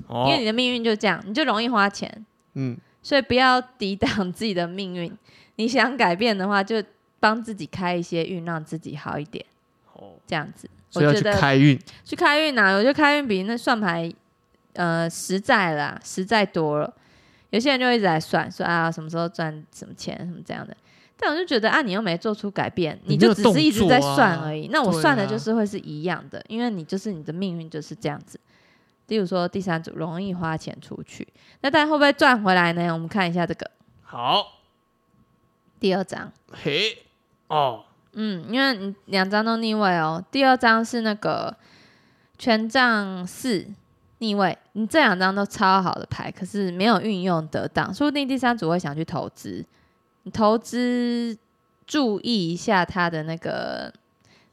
[SPEAKER 2] 因
[SPEAKER 1] 哦
[SPEAKER 2] 为，你的命运就这样，你就容易花钱，
[SPEAKER 1] 嗯，
[SPEAKER 2] 所以不要抵挡自己的命运。 (laughs) 你想改变的话，就帮自己开一些运，让自己好一点，
[SPEAKER 1] 哦，
[SPEAKER 2] 这样子。我
[SPEAKER 1] 所以要
[SPEAKER 2] 觉
[SPEAKER 1] 去
[SPEAKER 2] 得
[SPEAKER 1] 开运，
[SPEAKER 2] 去开运啊，我觉得开运比那算牌呃实在啦，实在多了。有些人就一直在算，说啊什么时候赚什么钱什么这样的，但我就觉得啊，你又没做出改变，
[SPEAKER 1] 你
[SPEAKER 2] 你
[SPEAKER 1] 没有
[SPEAKER 2] 就只是一直在
[SPEAKER 1] 动作啊
[SPEAKER 2] 算而已。那我
[SPEAKER 1] 对啊
[SPEAKER 2] 算的就是会是一样的，因为你就是你的命运就是这样子。例如说第三组容易花钱出去，那但会不会赚回来呢？我们看一下这个
[SPEAKER 1] 好，
[SPEAKER 2] 第二张，
[SPEAKER 1] 嘿，哦，
[SPEAKER 2] 嗯，因为你两张都逆位哦。第二张是那个权杖四逆位，你这两张都超好的牌，可是没有运用得当，说不定第三组会想去投资。你投资注意一下它的那个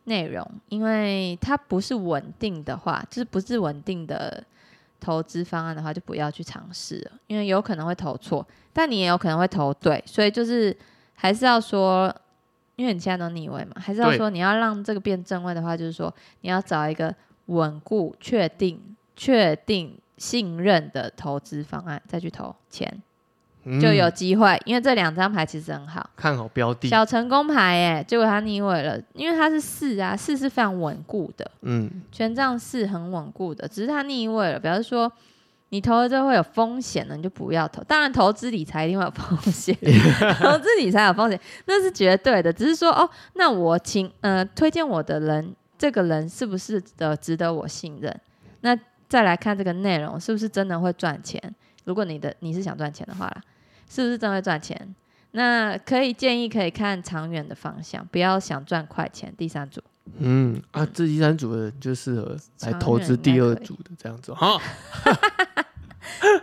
[SPEAKER 2] 内容，因为它不是稳定的话，就是不是稳定的投资方案的话，就不要去尝试了，因为有可能会投错，但你也有可能会投对，所以就是还是要说，因为你现在都逆位嘛，还是要
[SPEAKER 1] 对
[SPEAKER 2] 说你要让这个变正位的话，就是说你要找一个稳固、确定、确定、信任的投资方案再去投钱，
[SPEAKER 1] 嗯
[SPEAKER 2] 就有机会，因为这两张牌其实很好。
[SPEAKER 1] 看好标的，
[SPEAKER 2] 小成功牌哎，结果他逆位了，因为他是四啊，四是非常稳固的，
[SPEAKER 1] 嗯，
[SPEAKER 2] 权杖四很稳固的，只是他逆位了，表示说你投了之后会有风险的，你就不要投。当然，投资理财一定会有风险，投资理财有风险，那是绝对的。只是说哦，那我请呃推荐我的人，这个人是不是的值得我信任？那再来看这个内容是不是真的会赚钱？如果你的你是想赚钱的话啦，是不是真的会赚钱？那可以建议可以看长远的方向，不要想赚快钱。第三组。
[SPEAKER 1] 嗯啊，这第三组的人就适合来投资
[SPEAKER 2] 长远
[SPEAKER 1] 第
[SPEAKER 2] 应
[SPEAKER 1] 二
[SPEAKER 2] 该可以
[SPEAKER 1] 组的这样子哦哈。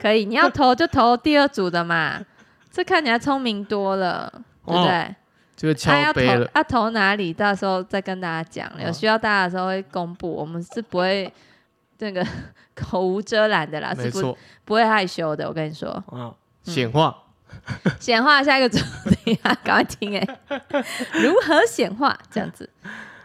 [SPEAKER 2] 可以，你要投就投第二组的嘛，这看起来聪明多了，对不对？
[SPEAKER 1] 这个
[SPEAKER 2] 他、
[SPEAKER 1] 敲
[SPEAKER 2] 要投
[SPEAKER 1] 杯哦了，
[SPEAKER 2] 要投哪里，到时候再跟大家讲。
[SPEAKER 1] 哦
[SPEAKER 2] 有需要大家的时候会公布，我们是不会那个 (laughs) 口无遮拦的啦，
[SPEAKER 1] 没
[SPEAKER 2] 啊是不嗯
[SPEAKER 1] 错
[SPEAKER 2] 不会害羞的。我跟你说，
[SPEAKER 1] 啊，显化
[SPEAKER 2] 显化下一个主题啊， (laughs) 赶快听哎、如何显化这样子？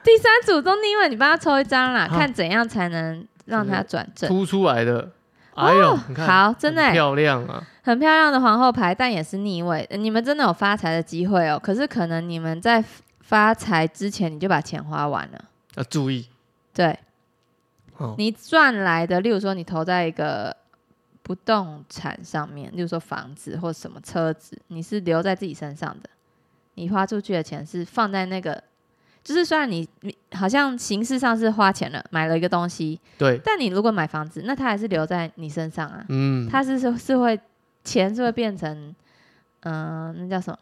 [SPEAKER 2] 第三组中逆位，你帮他抽一张啦，
[SPEAKER 1] 好
[SPEAKER 2] 看怎样才能让他
[SPEAKER 1] 是
[SPEAKER 2] 转正。
[SPEAKER 1] 凸出来的，哎呦，你看，
[SPEAKER 2] 哦好，真的、
[SPEAKER 1] 很
[SPEAKER 2] 欸，
[SPEAKER 1] 漂亮啊，
[SPEAKER 2] 很漂亮的皇后牌，但也是逆位。呃你们真的有发财的机会哦，可是可能你们在发财之前你就把钱花完了。
[SPEAKER 1] 要注意
[SPEAKER 2] 对
[SPEAKER 1] 哦，
[SPEAKER 2] 你赚来的，例如说你投在一个不动产上面，例如说房子或什么车子，你是留在自己身上的，你花出去的钱是放在那个，就是虽然你你好像形式上是花钱了，买了一个东西，
[SPEAKER 1] 对，
[SPEAKER 2] 但你如果买房子，那它还是留在你身上啊。
[SPEAKER 1] 嗯，
[SPEAKER 2] 它是是是会钱是会变成，嗯、那叫什么？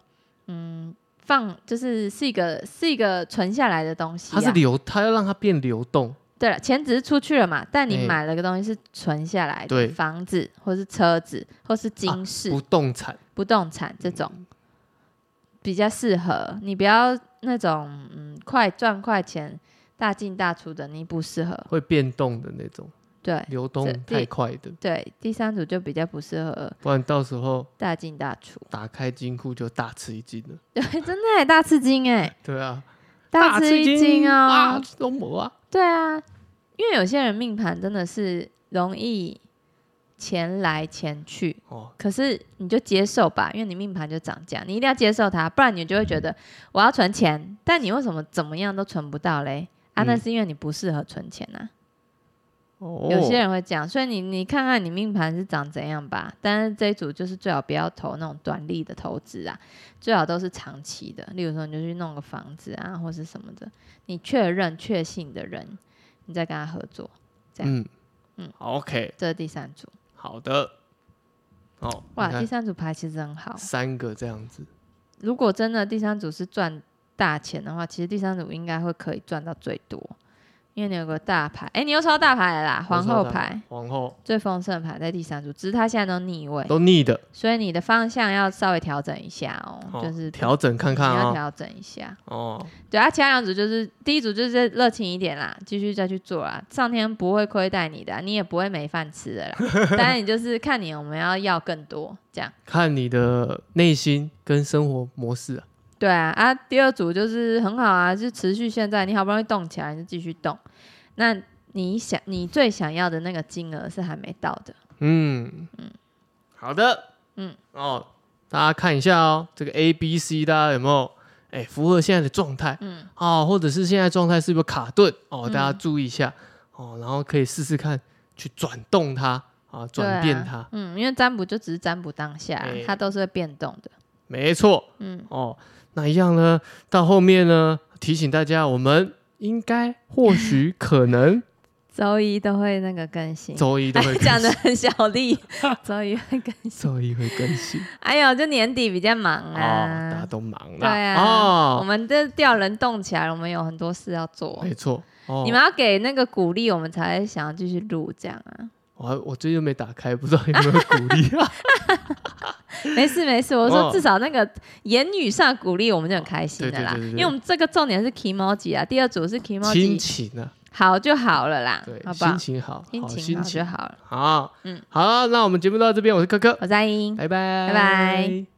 [SPEAKER 2] 嗯，放就是是一个是一个存下来的东西、啊。
[SPEAKER 1] 它是流，它要让它变流动，
[SPEAKER 2] 对了，钱只是出去了嘛，但你
[SPEAKER 1] 哎
[SPEAKER 2] 买了个东西是存下来的，
[SPEAKER 1] 对啊
[SPEAKER 2] 房子或是车子或是金饰、
[SPEAKER 1] 不嗯动产，
[SPEAKER 2] 不动产这种比较适合。你不要那种嗯快赚快钱大进大出的，你不适合。
[SPEAKER 1] 会变动的那种，
[SPEAKER 2] 对
[SPEAKER 1] 流动
[SPEAKER 2] 这
[SPEAKER 1] 太快的，
[SPEAKER 2] 对，第三组就比较不适合
[SPEAKER 1] 不然到时候
[SPEAKER 2] 大进大出。 (laughs)
[SPEAKER 1] 打开金库就大吃一惊了。
[SPEAKER 2] 对，真的耶大吃惊哎。
[SPEAKER 1] (laughs) 对啊，
[SPEAKER 2] 大吃一惊哦、
[SPEAKER 1] 啊，都没啊，
[SPEAKER 2] 对啊，因为有些人命盘真的是容易钱来钱去，
[SPEAKER 1] 哦，
[SPEAKER 2] 可是你就接受吧，因为你命盘就长这样，你一定要接受它，不然你就会觉得我要存钱，但你为什么怎么样都存不到嘞？啊，
[SPEAKER 1] 嗯
[SPEAKER 2] 那是因为你不适合存钱啊呐、
[SPEAKER 1] 哦，
[SPEAKER 2] 有些人会这样，所以你你看看你命盘是长怎样吧。但是这一组就是最好不要投那种短利的投资啊，最好都是长期的。例如说，你就去弄个房子啊，或是什么的，你确认确信的人，你再跟他合作。这样
[SPEAKER 1] 嗯嗯
[SPEAKER 2] 嗯
[SPEAKER 1] ，OK，
[SPEAKER 2] 这是第三组，
[SPEAKER 1] 好的，哦，
[SPEAKER 2] 哇，
[SPEAKER 1] 你
[SPEAKER 2] 第
[SPEAKER 1] 看
[SPEAKER 2] 三组牌其实很好。
[SPEAKER 1] 三个这样子，
[SPEAKER 2] 如果真的第三组是赚大钱的话，其实第三组应该会可以赚到最多，因为你有个大牌，哎、你又抽大牌了啦，皇后牌。
[SPEAKER 1] 皇后
[SPEAKER 2] 最丰盛的牌在第三组，只是他现在都逆位，
[SPEAKER 1] 都逆的，
[SPEAKER 2] 所以你的方向要稍微调整一下哦，
[SPEAKER 1] 哦
[SPEAKER 2] 就是
[SPEAKER 1] 调整看看
[SPEAKER 2] 你要
[SPEAKER 1] 啊，
[SPEAKER 2] 调整一下。
[SPEAKER 1] 哦，
[SPEAKER 2] 对啊，其他两组就是第一组就是热情一点啦，继续再去做啦，上天不会亏待你的啊、你也不会没饭吃
[SPEAKER 1] (laughs)
[SPEAKER 2] 的啦。当然，你就是看你我们要要更多这样。
[SPEAKER 1] 看你的内心跟生活模式啊，
[SPEAKER 2] 对啊，啊，第二组就是很好啊，就持续现在，你好不容易动起来，你就继续动。那你想，你最想要的那个金额是还没到的，
[SPEAKER 1] 嗯好的，
[SPEAKER 2] 嗯，
[SPEAKER 1] 哦，大家看一下哦，这个 A、B、C 大家有没有？哎，符合现在的状态，
[SPEAKER 2] 嗯，
[SPEAKER 1] 哦，或者是现在状态是不是卡顿哦，
[SPEAKER 2] 嗯
[SPEAKER 1] 大家注意一下哦，然后可以试试看去转动它啊，转变它，
[SPEAKER 2] 对啊嗯，因为占卜就只是占卜当下啊
[SPEAKER 1] 哎，
[SPEAKER 2] 它都是会变动的，
[SPEAKER 1] 没错
[SPEAKER 2] 嗯，
[SPEAKER 1] 哦。那一样呢，到后面呢，提醒大家，我们应该、或许、可能
[SPEAKER 2] 周一都会那个更新，
[SPEAKER 1] 周一都会
[SPEAKER 2] 哎
[SPEAKER 1] 更
[SPEAKER 2] (laughs) 讲的
[SPEAKER 1] 新，
[SPEAKER 2] 很小力，周一会更新。
[SPEAKER 1] 周一会更新。
[SPEAKER 2] 哎呦，就年底比较忙
[SPEAKER 1] 哦，
[SPEAKER 2] (laughs) 啊，
[SPEAKER 1] 大家都忙
[SPEAKER 2] 对
[SPEAKER 1] 啦。
[SPEAKER 2] 啊，我
[SPEAKER 1] 哦，
[SPEAKER 2] 们这调人动起来了，我们有很多事要做。
[SPEAKER 1] 没错。哦，
[SPEAKER 2] 你们要给那个鼓励，我们才会想要继续录这样啊。
[SPEAKER 1] 我我最近没打开，不知道有没有鼓励
[SPEAKER 2] (laughs)
[SPEAKER 1] 啊？
[SPEAKER 2] 没事没事，我说
[SPEAKER 1] 哦
[SPEAKER 2] 至少那个言语上鼓励，我们就很开心的啦。
[SPEAKER 1] 对对对对对
[SPEAKER 2] 因为我们这个重点是 k i m o j i 啊，第二组是 k i m o j
[SPEAKER 1] 心
[SPEAKER 2] i
[SPEAKER 1] 情啊，
[SPEAKER 2] 好就好了啦
[SPEAKER 1] 对，，
[SPEAKER 2] 啊好不
[SPEAKER 1] 心？
[SPEAKER 2] 好
[SPEAKER 1] 情好，好
[SPEAKER 2] 情
[SPEAKER 1] 心
[SPEAKER 2] 好就
[SPEAKER 1] 情
[SPEAKER 2] 好了。
[SPEAKER 1] 好。
[SPEAKER 2] 嗯
[SPEAKER 1] 嗯，好，那我们节目到这边，我是柯柯，
[SPEAKER 2] 我在英。
[SPEAKER 1] 拜拜，
[SPEAKER 2] 拜拜。